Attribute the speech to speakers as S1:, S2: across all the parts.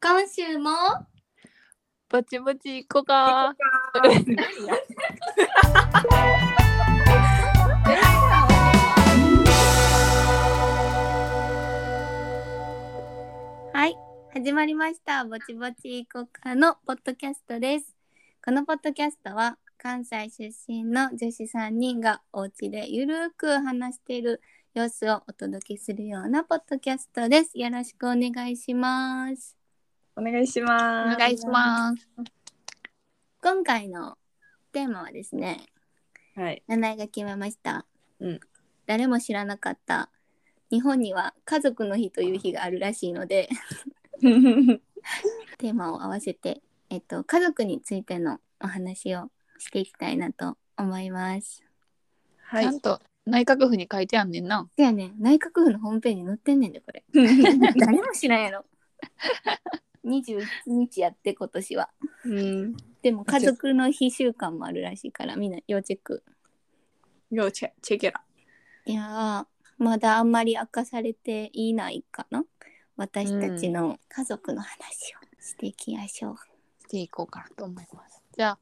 S1: 今週も
S2: ぼちぼち行こうか。
S1: はい始まりましたぼちぼちいこうかのポッドキャストですこのポッドキャストは関西出身の女子3人がお家でゆるく話している様子をお届けするようなポッドキャストですよろしくお願いします
S3: お願いします。
S2: お願いします。
S1: 今回のテーマはですね
S3: はい。
S1: 名前が決めました、
S3: うん
S1: 誰も知らなかった日本には家族の日という日があるらしいの でテーマを合わせて、えっと、家族についてのお話をしていきたいなと思います。
S3: は
S2: ちゃんと内閣府に書いてあんねんな。
S1: ではね内閣府のホームページに載ってんねんで これ誰も知らんやろ21日やって今年は
S3: うん。
S1: でも家族の日週間もあるらしいからみんな要チェック
S3: ようチェチェケラ。
S1: いやーまだあんまり明かされていないかな私たちの家族の話をしていきましょう、
S2: していこうかなと思います。じゃあ、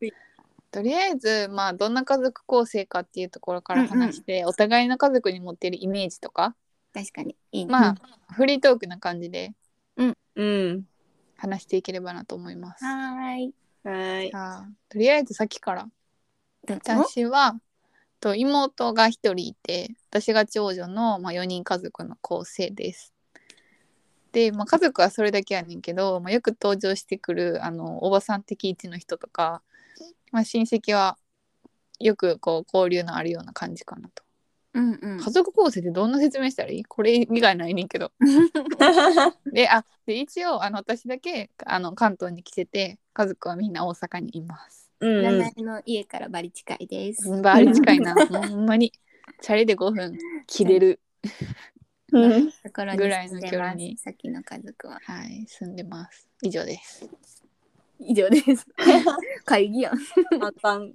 S2: とりあえず、まあ、どんな家族構成かっていうところから話して、お互いの家族に持ってるイメージとか、
S1: 確かにいいね
S2: まあ、フリートークな感じで
S3: うん。
S2: 話していければなと思います。
S1: はーい
S3: はい
S2: じ。ゃあとりあえず先から。
S1: どうぞ
S2: 私はと妹が一人いて私が長女の、まあ、4人家族の構成です。で、まあ、家族はそれだけやねんけど、まあ、よく登場してくるあのおばさん的位置の人とか、まあ、親戚はよくこう交流のあるような感じかなと。
S1: うんうん
S2: 家族構成ってどんな説明したらいいこれ以外ないねん けど。であで一応あの私だけあの関東に来てて家族はみんな大阪にいます。
S3: うんう
S1: 名
S3: ん
S1: 前の家からバリ近いです、
S2: バー近い な。ほんまに。チャリで5分切れる。
S3: うん。
S1: ところに
S2: ぐらい
S1: 住ん
S2: の
S1: で
S2: 距
S1: ま
S2: 離
S1: す
S2: に
S1: 先の家族は
S2: はい、住んでます。以上です。
S1: 以上です会議やん
S3: またん。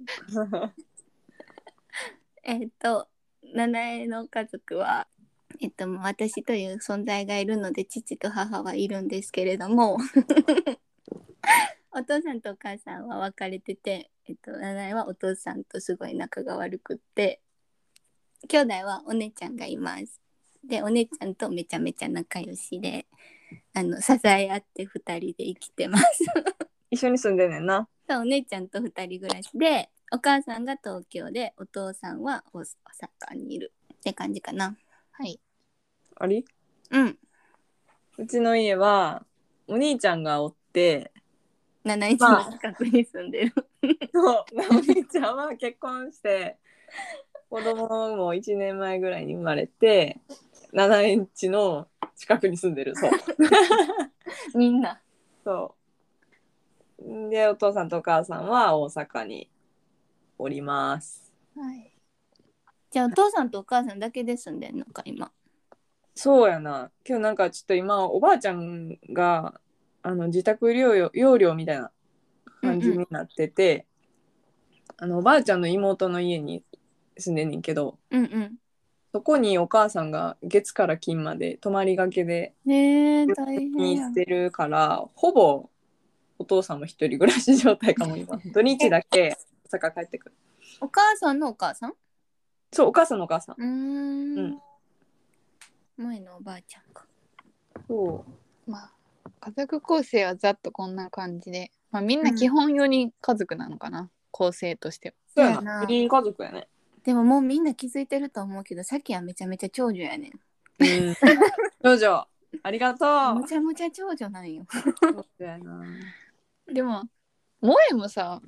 S1: えっと七重の家族はえっともう私という存在がいるので父と母はいるんですけれども お父さんとお母さんは別れてて、えっと、七重はお父さんとすごい仲が悪くって兄弟はお姉ちゃんがいますでお姉ちゃんとめちゃめちゃ仲良しであの支え合って2人で生きてます
S3: 一緒に住んでんねんな。
S1: そうお姉ちゃんと2人暮らしでお母さんが東京でお父さんは大阪にいるって感じかな
S2: はい。
S3: あれ
S1: うん
S3: うちの家はお兄ちゃんがおって、
S1: 7一の近くに住んでる、
S3: そうお兄ちゃんは結婚して、子供も1年前ぐらいに生まれて、7インチの近くに住んでる。そ う。
S1: みんな
S3: そう。で、お父さんとお母さんは大阪におります。
S2: はい、
S1: じゃあお父さんとお母さんだけで住んでんのか今
S3: そうやな。今日なんかちょっと今、おばあちゃんが、あの、自宅療養、要領みたいな感じになってて、あの、おばあちゃんの妹の家に住んでんねんけど、
S1: うんうん
S3: そこにお母さんが月から金まで泊まりがけで
S1: ねえ大変
S3: に
S1: やん
S3: してるから、ほぼお父さんも一人暮らし状態かも今。土日だけ大阪帰ってくる。
S1: お母さんのお母さん
S3: そう、お母さんのお母さん。
S1: うーん
S3: うん
S1: 前のおばあちゃんか
S3: そ
S2: まあ、家族構成はざっとこんな感じで、まあ、みんな基本4人家族なのかな、構成としては。
S3: う。
S1: そう
S3: や
S1: やな
S3: な。4人家族やね。
S1: でももうみんな気づいてると思うけどさっきはめちゃめちゃ長女やねん
S3: うん。どうぞ。ありがと
S1: む
S3: う。
S1: ちゃむちゃ長女なんよ
S3: そうやな。
S2: でも、萌えもさ、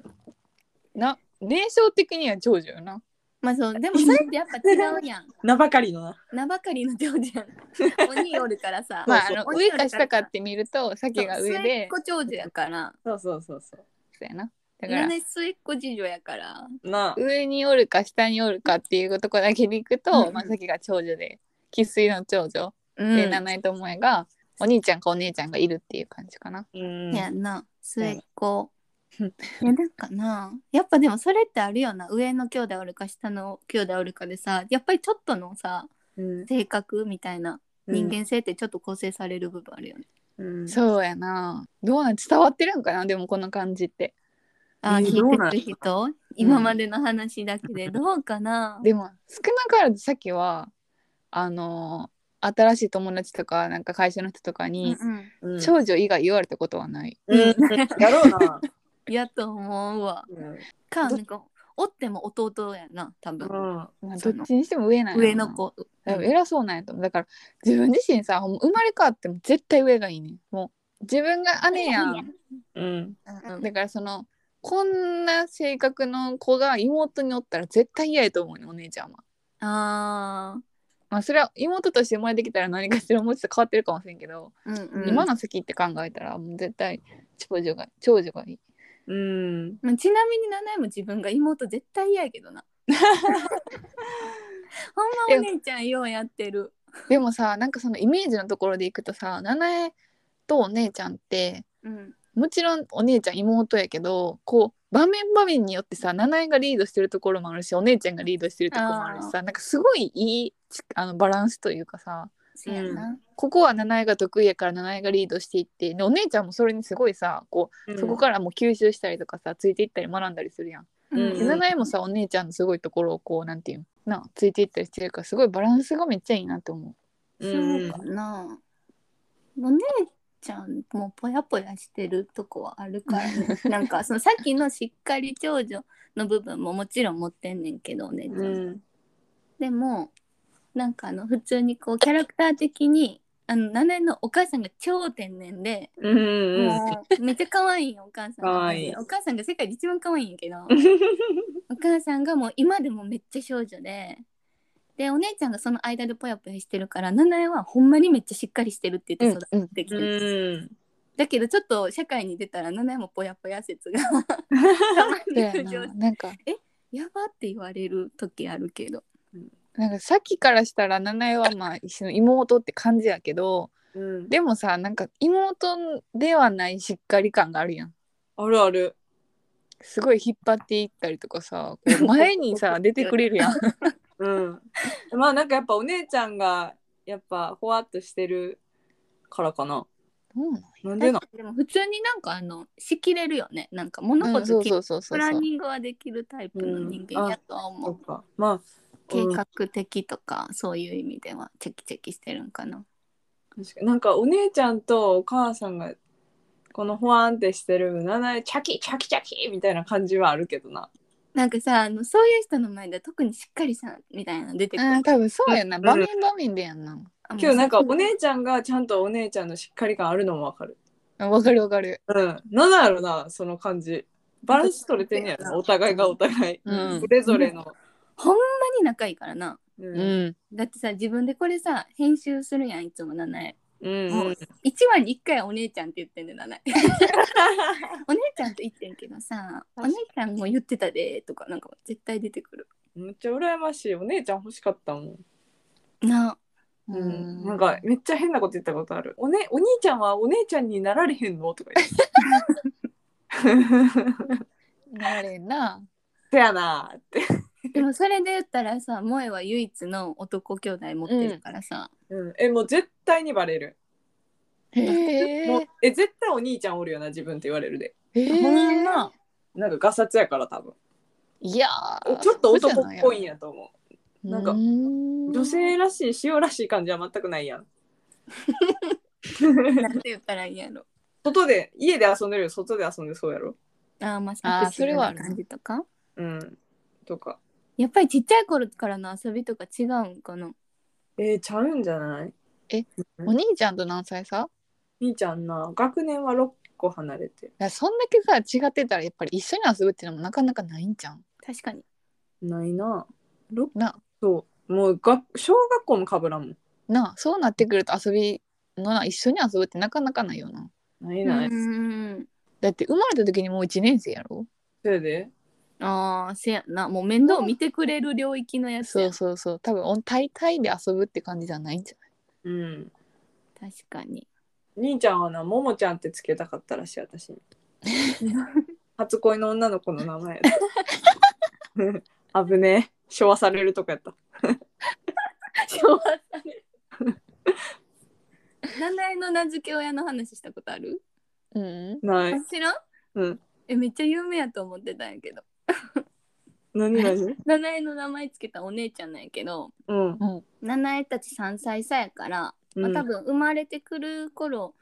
S2: な、年少的には長女よな。
S1: まあそうでもそれってやっぱ違うやん
S3: 名ばかりのな。
S1: 名ばかりの長女やん お兄おるからさ
S2: まあ、あの
S1: お兄
S2: 上
S1: おる
S2: か下か
S1: らさ
S2: って見ると、さっきが上
S1: そう末っ
S2: で、
S1: 子長女やから
S3: そうそうそうそ
S2: そうやな。だから、
S1: 米末っ子次女やから
S3: う。なあ。
S2: 上におるか下におるかっていうとこだけでいく
S1: うんう
S2: と、
S1: ん
S2: まあ、さっきが長女で、生粋の長女。
S1: うん
S2: で七重と萌えがお兄ちゃんかお姉ちゃんがいるっていう感じかな。
S3: うん。
S1: やんな末っ子
S2: うん
S1: いやなんかなやっぱでもそれってあるよな上の兄弟おるか下の兄弟おるかでさやっぱりちょっとのさ
S3: うん
S1: 性格みたいな人間性ってちょっと構成される部分あるよね、
S3: うん
S2: そうやなどうなん伝わってるんかなでもこの感じって
S1: あ
S3: え
S1: 聞
S3: ーどうないん
S1: てる人今までの話だけでどうかな
S2: でも少なからずさっきはあの新しい友達とかなんか会社の人とか
S1: うん
S2: に、
S1: うん
S3: うん
S2: 長女以外言われたことはない
S3: うんやろうな。
S1: やと思うわかなんかおっても弟やな多分、
S3: う
S2: まあ、
S1: そ
S2: ど
S1: う
S2: っちにしても上なんやろ
S1: 上
S2: な
S1: の子
S2: だから偉そうなんやと思うだから自分自身さほんま生まれ変わっても絶対上がいいねんもう自分が姉や
S1: いい
S2: ん
S3: ん。うん。
S1: うん
S2: だからそのこんな性格の子が妹におったら絶対嫌やと思うねんお姉ちゃんは。
S1: あ
S2: まあそれは妹として生まれてきたら何かしらもうちょっと変わってるかもしれんけど、
S1: ーうんうん
S2: 今の先って考えたらもう絶対長女が長女がいい。
S3: うん。
S1: まあちなみに七重も自分が妹絶対嫌やけど なほんまお姉ちゃんようやってる
S2: でもさなんかそのイメージのところでいくとさ七重とお姉ちゃんって
S1: うん
S2: もちろんお姉ちゃん妹やけどこう場面場面によってさ七重がリードしてるところもあるしお姉ちゃんがリードしてるところもあるしさなんかすごいいいちあのバランスというかさ
S1: せやな、
S2: ここは七重が得意やから七重がリードしていってでお姉ちゃんもそれにすごいさこうそこからもう吸収したりとかさついていったり学んだりするやん。
S3: うん
S2: で七重もさお姉ちゃんのすごいところをこうなんていうのなついていったりしてるからすごいバランスがめっちゃいいなって思う。
S1: そうかな。お姉ちゃんもぽやぽやしてるとこはあるからね。 なんかそのさっきのしっかり長女の部分ももちろん持ってんねんけどお姉ちゃん。
S3: うん。
S1: でもなんかあの普通にこうキャラクター的にあの七重のお母さんが超天然で、
S3: うん。うん。
S1: もうめっちゃ可愛いよお母さんが。
S3: 可愛い
S1: お母さんが世界で一番可愛いんや けど。お母さんがもう今でもめっちゃ少女ででお姉ちゃんがその間でぽやぽやしてるから七重はほんまにめっちゃしっかりしてるって言って育ってきてる、
S3: うん。
S1: だけどちょっと社会に出たら七重もぽやぽや説 が
S2: そうや
S1: 浮上
S2: ななんか
S1: やばって言われる時あるけど
S2: なんかさっきからしたら七重はまあ一緒の妹って感じやけど
S3: うん。
S2: でもさなんか妹ではないしっかり感があるやん。
S3: あるある。
S2: すごい引っ張っていったりとかさこう前にさ 出てくれるやん。
S3: うん。まあなんかやっぱお姉ちゃんがやっぱほわっとしてるからかな。
S2: うん
S3: なんでな。
S1: でも普通になんかあの仕切れるよねなんか物
S2: うん
S1: 事
S2: そう
S1: を切る、
S2: そうそうそ
S1: プ
S2: う
S1: ラ
S2: そ
S1: ン
S2: う。
S1: ニングはできるタイプの人間やとは思、
S3: そうっか。まあ
S1: 計
S3: うん
S1: 画的とかそういう意味ではチェキチェキしてるんかな
S3: 確かになんかお姉ちゃんとお母さんがこのほわんってしてる七重チャキチャキチャキみたいな感じはあるけどな。
S1: なんかさあのそういう人の前では特にしっかりさんみたいなの出てくる
S2: うん多分そうやんな
S3: うん
S2: 場面場面でやんな。
S3: 今日なんか
S1: お
S3: お姉ちゃんがちゃんとお姉ちゃんのしっかり感あるのもわかる。
S2: わかるわかる。
S3: うん。なんだろうな、その感じ。バランス取れてんねやろな、お互いがお互い。
S2: うん
S3: それぞれの。
S1: ほんまに仲いいからな
S3: う。
S2: うんん。
S1: だってさ自分でこれさ編集するやんいつも七重
S3: うん。うん。
S1: 1話に1回はお姉ちゃんって言ってんねん七 重お姉ちゃんって言ってんけどさお姉ちゃんも言ってたでとかなんか絶対出てくる
S3: めっちゃ羨ましい。お姉ちゃん欲しかったもん。
S1: な
S2: う
S3: うん。なんかめっちゃ変なこと言ったことある。おね、お兄ちゃんはお姉ちゃんになられへんのとか言って。
S2: なれんな。
S3: せやなーって。
S1: でもそれで言ったらさ萌えは唯一の男兄弟持ってるからさ、
S3: うん。え、もう絶対にバレる。
S2: へ
S3: もう
S2: え。
S3: え絶対お兄ちゃんおるよな自分って言われるで
S2: へえ。
S1: ほんま
S3: なんかガサツやから多分
S2: いやー。
S3: ちょっと男っぽい
S2: い。
S3: んやと思
S2: なん
S3: かう女
S2: 女
S3: 性らしい塩らしい感じは全くないやん
S1: なんて言ったらいいんやろ
S3: 外で家で遊んでるより外で遊んでそうやろ
S1: あーまあ
S2: あー
S1: セクシー
S2: それはあ
S1: な
S2: る
S1: 感じとか
S3: うんとか
S1: やっぱりちっちゃい頃からの遊びとか違うんかな
S3: えー、ちゃうんじゃない
S2: お兄ちゃんと何歳さ
S3: 兄ちゃんな学年は6個離れてる
S2: いやそんだけさ違ってたらやっぱり一緒に遊ぶっていうのもなかなかないんじゃん。
S1: 確かに
S3: ないな6
S2: な
S3: そうもうが小学校もかぶらんもん
S2: なあそうなってくると遊びのな一緒に遊ぶってなかなかないよな。
S3: ないないう
S1: ーん
S2: だって生まれた時にもう1年生やろ
S3: それで
S1: ああせやなもう面倒見てくれる領域のやつ
S2: そ
S1: や
S2: うそうそう多分お大体で遊ぶって感じじゃないんじゃない
S3: うん
S1: 確かに
S3: 兄ちゃんはなももちゃんってつけたかったらしい私 に初恋の女の子の名前や 危ねえ昭 和されるとかやった
S1: 昭和され名前の名付け親の話したことある
S2: うん。
S3: ない。
S1: 知らん
S3: うん。
S1: えめっちゃ有名やと思ってたんやけど
S3: 何何
S1: 名前の名前つけたお姉ちゃんなんやけど
S3: うん。
S1: 名前たち3歳差やから、
S3: う
S1: まあ、
S3: ん
S1: 多分生まれてくる頃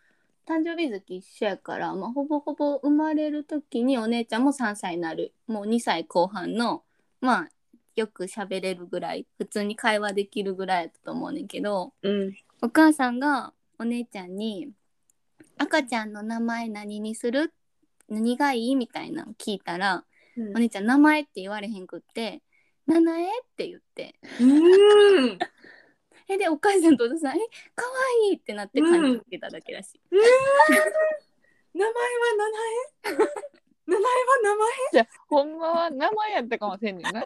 S1: 誕生日月一緒やから、まあ、ほぼほぼ生まれる時にお姉ちゃんも3歳になるもう2歳後半のまあよく喋れるぐらい普通に会話できるぐらいやったと思うねんけど、
S3: うん。
S1: お母さんがお姉ちゃんに「赤ちゃんの名前何にする何がいい?」みたいなの聞いたら
S3: うん
S1: お姉ちゃん「名前」って言われへんくって「ななえ」って言って
S3: うん。
S1: えでお母さんとお父さん「えかわいい!」ってなって感じつけただけらしい、
S3: 名前は 名前名前は名前
S2: じゃあほんまは名前やったかもしれんねんな。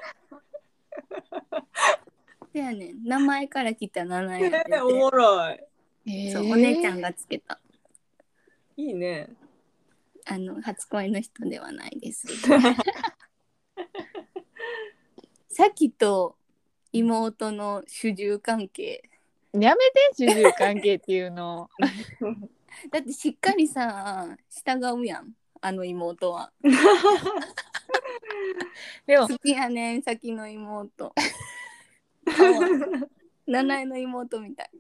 S1: せやねん名前から来たななえって
S3: え
S1: 言っ
S3: ーおもろい。
S1: て
S2: え
S1: そうお姉ちゃん。がつけた
S3: いいね。
S1: あの初恋の人ではない です。さきと妹の主従関係
S2: やめて主従関係っていうの。
S1: だってしっかりさ従うやんあの妹は
S2: でも
S1: 好きやねん先の 妹七重の妹みたい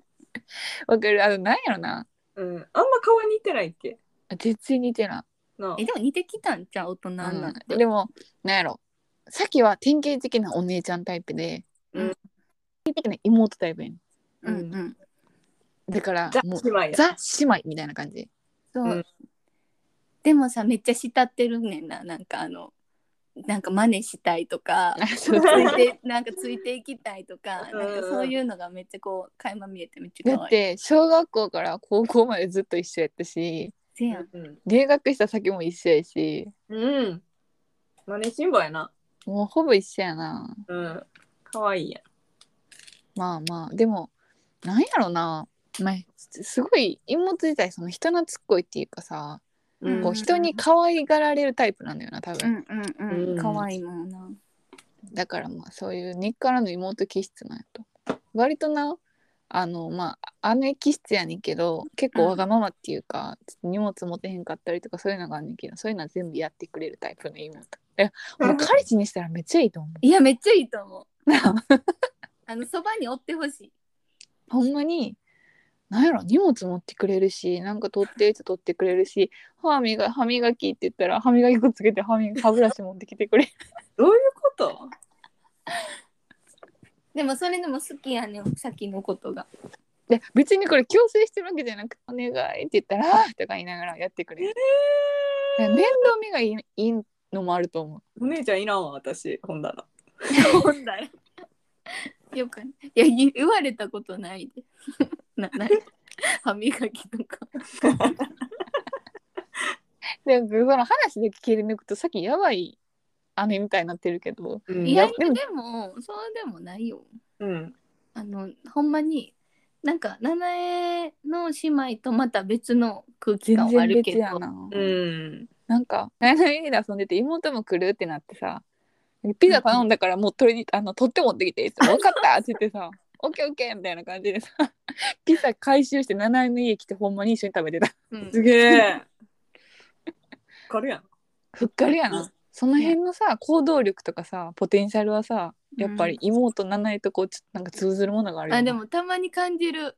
S2: わかるあのなんやろな。
S3: うん。あんま顔似てないっけ
S2: あ全然似てな
S3: な
S1: えでも似てきたんちゃう大人に
S2: い。
S1: なって、
S2: うんでもなんやろ。さっきは典型的なお姉ちゃんタイプで、
S1: うん
S2: 典型的な妹タイプやねん
S1: うんうん
S2: だから
S3: じゃ
S2: もう
S3: 姉妹や。
S2: ザ姉妹みたいな感じ。
S1: そう、
S3: うん
S1: でもさめっちゃ慕ってるねんななんかあのなんか真似したいとか
S2: あそう
S1: ついてなんかついていきたいとか
S3: うん
S1: なんかそういうのがめっちゃこう垣間見えてめっちゃ
S2: だ
S1: 可愛
S2: っ
S1: い
S2: て小学校から高校までずっと一緒やったし
S1: せやん
S3: うん。
S2: 留学した先も一緒やし
S3: うん。マネしんぼやな。
S2: もうほぼ一緒やな
S3: うん。可愛いやん。
S2: まあまあでもなんやろな、まあ、すすごい妹自体その人懐っこいっていうかさ、
S1: うん
S2: こう人に可愛がられるタイプなんだよな多
S1: う
S2: 分、
S1: んうんう
S3: うんん
S1: 可愛いもんな
S2: だからまあそういう根っからの妹気質なんやと割となあのまあ姉気質やねんけど結構わがままっていうか、ちょっと荷物持てへんかったりとかそういうのがあんねんけどそういうのは全部やってくれるタイプの妹えもう彼氏にしたらめっちゃいいと思う
S1: いやめっちゃいいと思う
S2: な
S1: あのそばにおってほしい
S2: ほんまになんやろ荷物持ってくれるしなんか取ってって取ってくれるし歯磨歯磨きって言ったら歯磨き粉つけて歯磨き歯ブラシ持ってきてくれ
S3: どういうこと
S1: でもそれでも好きやねんさっきのことが
S2: で別にこれ強制してるわけじゃなくて「お願い」って言ったら「あーとか言いながらやってくれる面倒見がいいいいのもあると思う
S3: お姉ちゃんいらんわ、私、本棚。
S1: 本だよよくないいや言言われたことないで なない歯磨きとか
S2: でその話で切り抜くとさっきやばい姉みたいになってるけど
S3: うん
S1: いや
S2: や
S1: で
S2: で
S1: も
S2: も
S1: そうでもないよ
S3: うん。
S1: あのほんまになんか七重の姉妹とまた別の空気
S2: 全
S1: 感はあ
S2: 然
S1: るけ
S2: 別
S1: ど
S2: やな、
S3: うん。
S2: なんか七重で遊んでて妹も来るってなってさピザ頼んだからもう取りにあの取って持ってきてって「分かった」って言ってさ 「オッケーオッケー」みたいな感じでさ ピザ回収して七重の家来てほんまに一緒に食べてた
S1: うん
S3: すげえ。これやん。
S2: ふっかりやなその辺のさ行動力とかさポテンシャルはさやっぱり妹七重とこうちょっとなんか通ずるものがあるよな
S1: あでもたまに感じる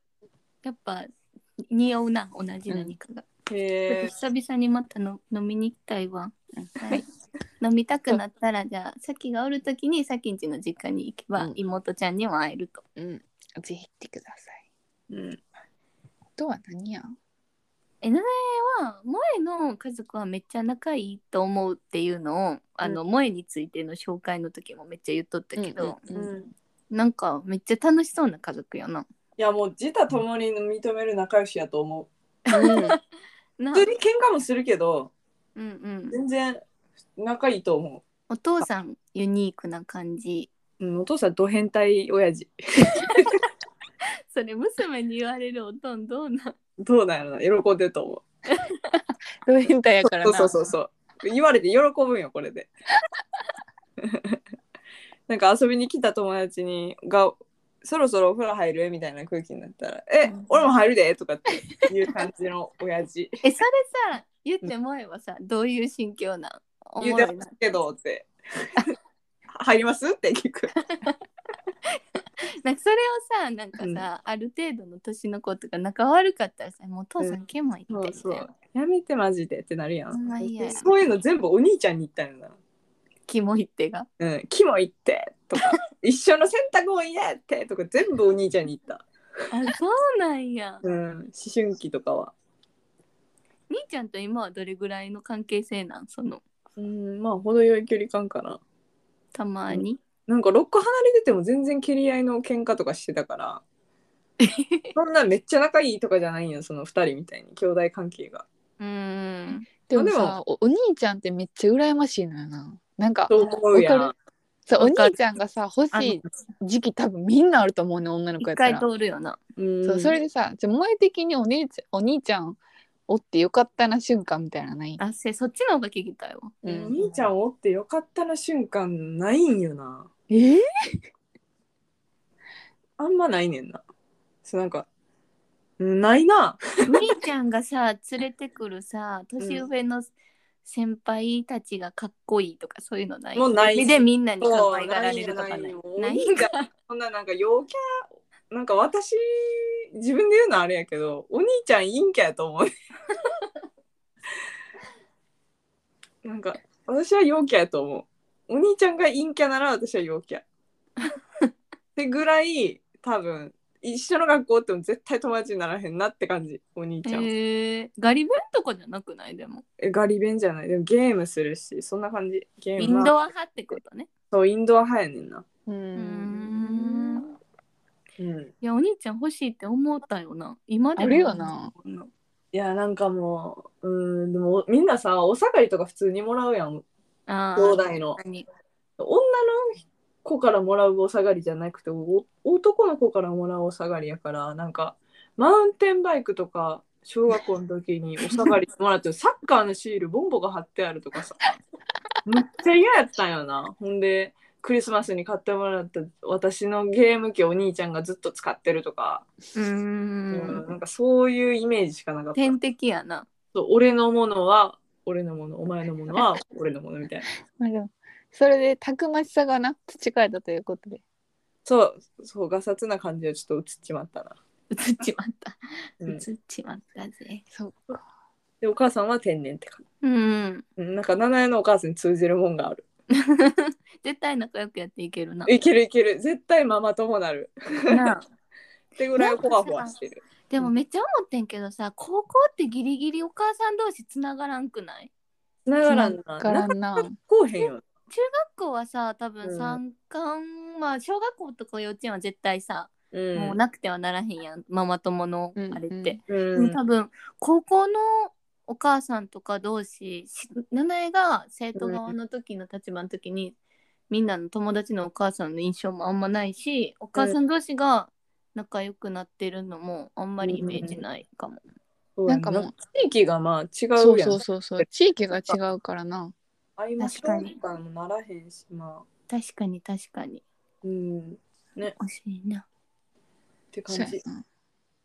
S1: やっぱ似合うな同じ何かが、
S3: へえ。
S1: 久々にまたの飲みに行きたいわ、
S2: うん
S1: はい、飲みたくなったらじゃあさっきがおる時にさきんちの実家に行けば、
S2: うん
S1: 妹ちゃんにも会えると
S2: うんぜひ来てください
S3: うん。
S2: あとは何や
S1: えななえは萌の家族はめっちゃ仲いいと思うっていうのをあの、萌についての紹介の時もめっちゃ言っとったけど、
S2: うん
S3: うん。
S1: なんかめっちゃ楽しそうな家族やない
S3: や、もう自他ともに認める仲良しやと思う。
S2: うん
S1: な
S3: 普通に喧嘩もするけど、
S1: うんうん
S3: 全然仲いいと思
S1: お父さんユニークな感じ
S3: う。うん、お父さん、ド変態親父。
S1: それ娘に言われるおとんどうなん
S3: どうなんやろな、喜んでると思う。
S2: ド変態やから
S3: そう
S2: な
S3: そうそうそう。言われて喜ぶんよ、これで。なんか遊びに来た友達にがそろそろお風呂入るみたいな空気になったら「え
S1: うん
S3: 俺も入るで」とかっていう感じの親父
S1: えそれさ言ってもえばさどういう心境なんお
S3: 言う
S1: も
S3: て
S1: ろ
S3: ま
S1: いな
S3: すけどって「入ります?」って聞く。
S1: なんかそれをさなんかさ、
S3: うん
S1: ある程度の年の子とか仲悪かったらさもうお父さ
S3: うん
S1: 剣も行
S3: そ
S1: って
S3: う
S1: みたい
S3: そ
S1: な、
S3: うやめてマジでってなるや
S1: ほん
S3: ん。
S1: ま嫌や
S3: そういうの全部お兄ちゃんに言ったんだ。
S1: キモいってが
S3: うん、キモいってとか一緒の洗濯も嫌やってとか全部お兄ちゃんに言った、
S1: あそうなんや
S3: うん、思春期とかは
S1: 兄ちゃんと今はどれぐらいの関係性なんその
S3: うんまあ程よい距離感かな
S1: たまに、
S3: なんか6個離れてても全然蹴り合いの喧嘩とかしてたから そんなめっちゃ仲いいとかじゃないよその2人みたいに兄弟関係が
S1: うーん
S2: でも
S3: で
S2: さ
S3: も
S2: おお兄ちゃんってめっちゃ羨ましいのよななんか
S3: と思うや
S2: わ
S3: ん
S2: さお
S1: わ
S2: 兄
S1: かる
S2: ちゃんがさ欲
S1: あの
S2: しい時期多分みんなあると思うね女の子
S1: 一
S2: やった
S1: 回
S2: ら
S1: 通るよな
S3: うん
S2: そうそれでさじゃあ萌え的にお姉ちゃんお兄ちゃんおってよかったな瞬間みたいなのない
S1: あせそっちの方が聞きたいわ
S3: う
S2: うん
S3: んお兄ちゃんおってよかったな瞬間ないんよな
S2: えー
S3: あんまないねんなそうなんかうんないな
S1: 兄ちゃんがさ連れてくるさ年上の先輩たちがかっこいいとかそういうのない、
S3: もうないし
S1: でみんなに
S3: そう
S1: 可愛がられるとかない
S3: ないよ
S1: な
S3: ないいよ
S1: んか
S3: そんななんか陽キャなんか私自分で言うのはあれやけどお兄ちゃん陰キャや と思うなんか私は陽キャやと思うお兄ちゃんが陰キャなら私は陽キャってぐらい多分一緒の学校おっても絶対友達にならへんなって感じお兄
S1: え
S3: ちゃん、
S1: ーガリ勉とかじゃなくないでも
S3: えガリ勉じゃないでもゲームするしそんな感じゲーム
S1: インドア派ってことね
S3: そうインドア派やねんな
S2: う
S1: うー
S2: ん
S1: ん
S3: うん
S1: いやお兄ちゃん欲しいって思ったよな今でも
S2: あるよな
S3: ないやなんかもううんでもみんなさお下がりとか普通にもらうやん
S1: あ
S3: 兄
S1: ー
S3: 弟の
S1: 確かに
S3: 女の子からもらうお下がりじゃなくてお男の子からもらうお下がりやからなんかマウンテンバイクとか小学校の時にお下がりもらってるサッカーのシールボンボが貼ってあるとかさめっちゃ嫌やったんよなほんでクリスマスに買ってもらった私のゲーム機お兄ちゃんがずっと使ってるとか、
S1: うー
S3: うん
S1: ん
S3: なんかそういうイメージしかなかった
S1: 天敵やな
S3: そう俺のものは俺のものお前のものは俺のものみたいな
S2: まあでもそれでたくましさがな培えたということで
S3: そうそうがさつな感じはちょっと映っちまったな、
S1: 映っちまった
S3: う
S1: 映
S3: ん
S1: っちまったぜ
S2: そう
S3: でお母さんは天然って感
S1: う
S3: じ
S1: ん
S3: うんなんか七重のお母さんに通じるもんがある
S1: 絶対仲良くやっていけるない
S3: けるいける絶対ママ友なる
S1: なあ
S3: ってぐらいホワホワしてる
S1: でも
S3: うん
S1: めっちゃ思ってんけどさ高校ってギリギリお母さん同士つながらんくない
S3: ながらんな
S2: か
S3: な
S2: ら
S3: か
S2: な
S3: なかこうへんよ
S1: 学校はさ多
S3: う
S1: 分
S3: ん
S1: 三冠、まあ小学校とか幼稚園は絶対さ、
S3: うん
S1: もうなくてはならへんやんママ友のあれって、
S2: うんう
S1: で
S2: ん
S3: う
S1: も
S3: ん
S1: 多分高校のお母さんとか同士し七重が生徒側の時の立場の時に、みんなの友達のお母さんの印象もあんまないしお母さん同士が仲良くなってるのもあんまりイメージないかも。
S3: そう
S2: な
S3: や
S2: んかもう
S3: 地域がまあ違うやん
S2: そうそうそうそう地域が違うからな
S3: あいまし
S1: 確かに
S3: もならへんしまあ
S1: 確かに確かに
S3: うんね
S1: 惜しいな。
S3: って
S2: そうや
S3: 感じ
S2: な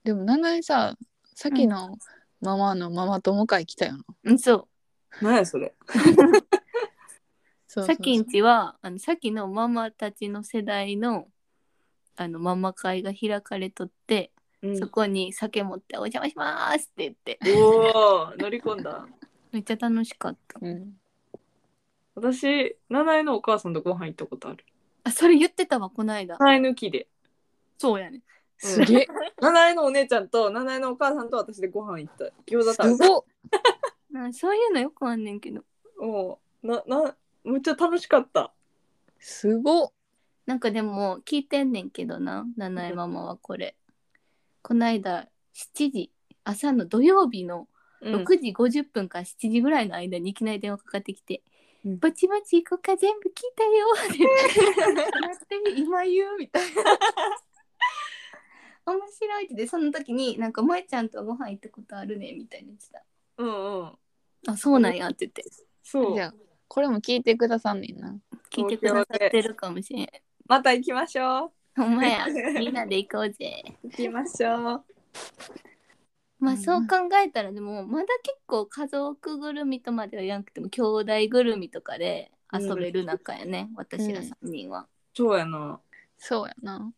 S2: でも七重ささっきのママのママ友会来たよな
S1: うん、そう
S3: 何やそれ
S2: そうそうそう
S1: さきんちはあのさきのママたちの世代のあのママ会が開かれとって、
S3: うん
S1: そこに酒持って「お邪魔します」って言って
S3: おお乗り込んだ
S1: めっちゃ楽しかった
S2: うん
S3: 私、七重のお母さんとご飯行ったことある。
S1: あそれ言ってたわこないだ
S3: 七重抜きで。
S1: そうやね
S2: すげえ
S3: 七重のお姉ちゃんと七重のお母さんと私でご飯行った。餃子
S2: す
S3: 食べた。
S2: ごっ
S1: なんそういうのよくあんねんけど
S3: もう、な、な、むっちゃ楽しかった。
S2: すごっ
S1: なんかでも聞いてんねんけどな七重ママはこれこないだ7時朝の土曜日の
S3: うん
S1: 6時50分から7時ぐらいの間にいきなり電話かかってきて「
S3: うん
S1: ぼちぼち行こうか全部聞いたよ」って言って「やってみ 今言う」みたいな。 面白いってでその時になんか「萌ちゃんとはご飯行ったことあるね」みたいに言ってた
S3: うんうん。
S1: 「あそうなんや」って言って
S3: そ
S2: じゃ
S3: う。
S2: あこれも聞いてくださんねんな
S1: 聞いてくださってるかもしれん。
S3: また行きましょう。
S1: ほんまや。みんなで行こうぜ。
S3: 行きましょう。
S1: まあ
S2: うん
S1: そう考えたらでもまだ結構家族ぐるみとまでは言わなくても兄弟ぐるみとかで遊べる仲やね、私ら3人は。
S3: そうやな。
S2: そうやな。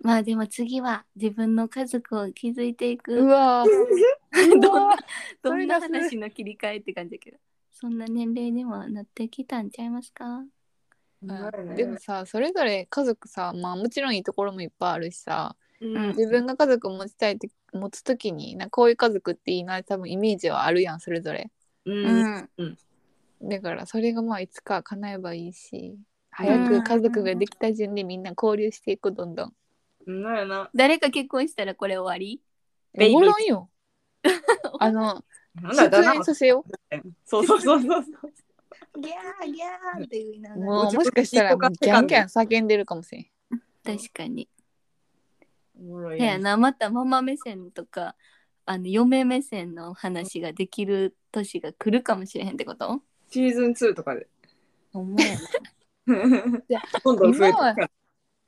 S1: まあでも次は自分の家族を築いていうく
S2: わー。
S1: どんなど
S2: そ
S1: ん
S2: れ
S1: な
S2: だす
S1: 話の切り替えって感じだけどそんな年齢にもなってきたんちゃいますか
S2: うんでもさそれぞれ家族さ、まあ、もちろんいいところもいっぱいあるしさ
S3: うん
S2: 自分が家族持ちたいって持つ時になんかこういう家族っていいな多分イメージはあるやんそれぞれ
S3: うん。
S2: だからそれがまあいつか叶えばいいし早く家族ができた順でみんな交流していこうどんどん
S3: うん。なんやな。
S1: 誰か結婚したらこれ終わり
S3: ベイビー
S2: おらんよあの
S3: なん
S2: 出
S3: だな
S2: 演。させよ
S3: そうそうそうそう。
S1: ギャーギャーって言いな
S2: う
S1: がら
S2: もうもしかしたらもうギャンギャン叫んでるかもしれん
S1: 確かに。
S3: おもろい
S1: せや
S3: やん。
S1: なまたママ目線とかあの嫁目線の話ができる年が来るかもしれへんってこと
S3: シーズン2とかで。
S2: や
S3: どんどん増えて
S2: 今
S3: く
S2: は
S3: から。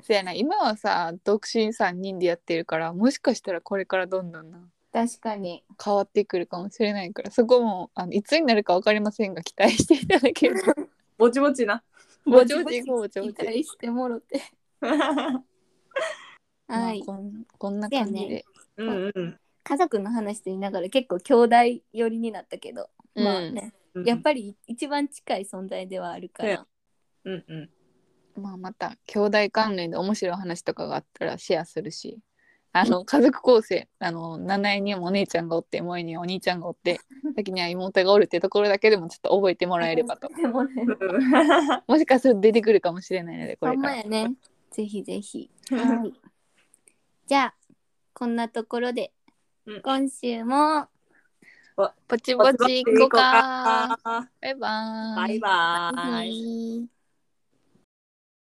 S2: そやな今はさ独身3人でやってるからもしかしたらこれからどんどんな
S1: 確かに
S2: 変わってくるかもしれないからそこもあのいつになるか分かりませんが期待していただけると
S3: ぼちぼちな。
S2: ぼちぼち行こうぼちぼ
S1: 期
S2: ち、
S1: 待してもろて
S2: まあ
S1: はい
S2: こんこんな感じで、
S1: だよね
S3: うんうん。
S1: 家族の話と言いながら結構兄弟寄りになったけど、
S2: うん
S1: まあね
S3: うん
S1: やっぱり一番近い存在ではあるから、
S3: うんうん。
S2: まあ、また兄弟関連で面白い話とかがあったらシェアするしあの家族構成あの七重にもお姉ちゃんがおって萌えにはお兄ちゃんがおって先には妹がおるってところだけでもちょっと覚えてもらえれ ばと
S1: でもね
S2: もしかすると出てくるかもしれないのでこ
S1: ほ
S2: れ
S1: ん
S2: か
S1: ま
S2: ら
S1: やねぜひぜひはいじゃあこんなところで、
S3: うん
S1: 今週も
S2: ぼちぼち行こうか
S3: ぼちぼち行こうか
S2: バイバーイ
S3: バイバーイ。
S1: ーイ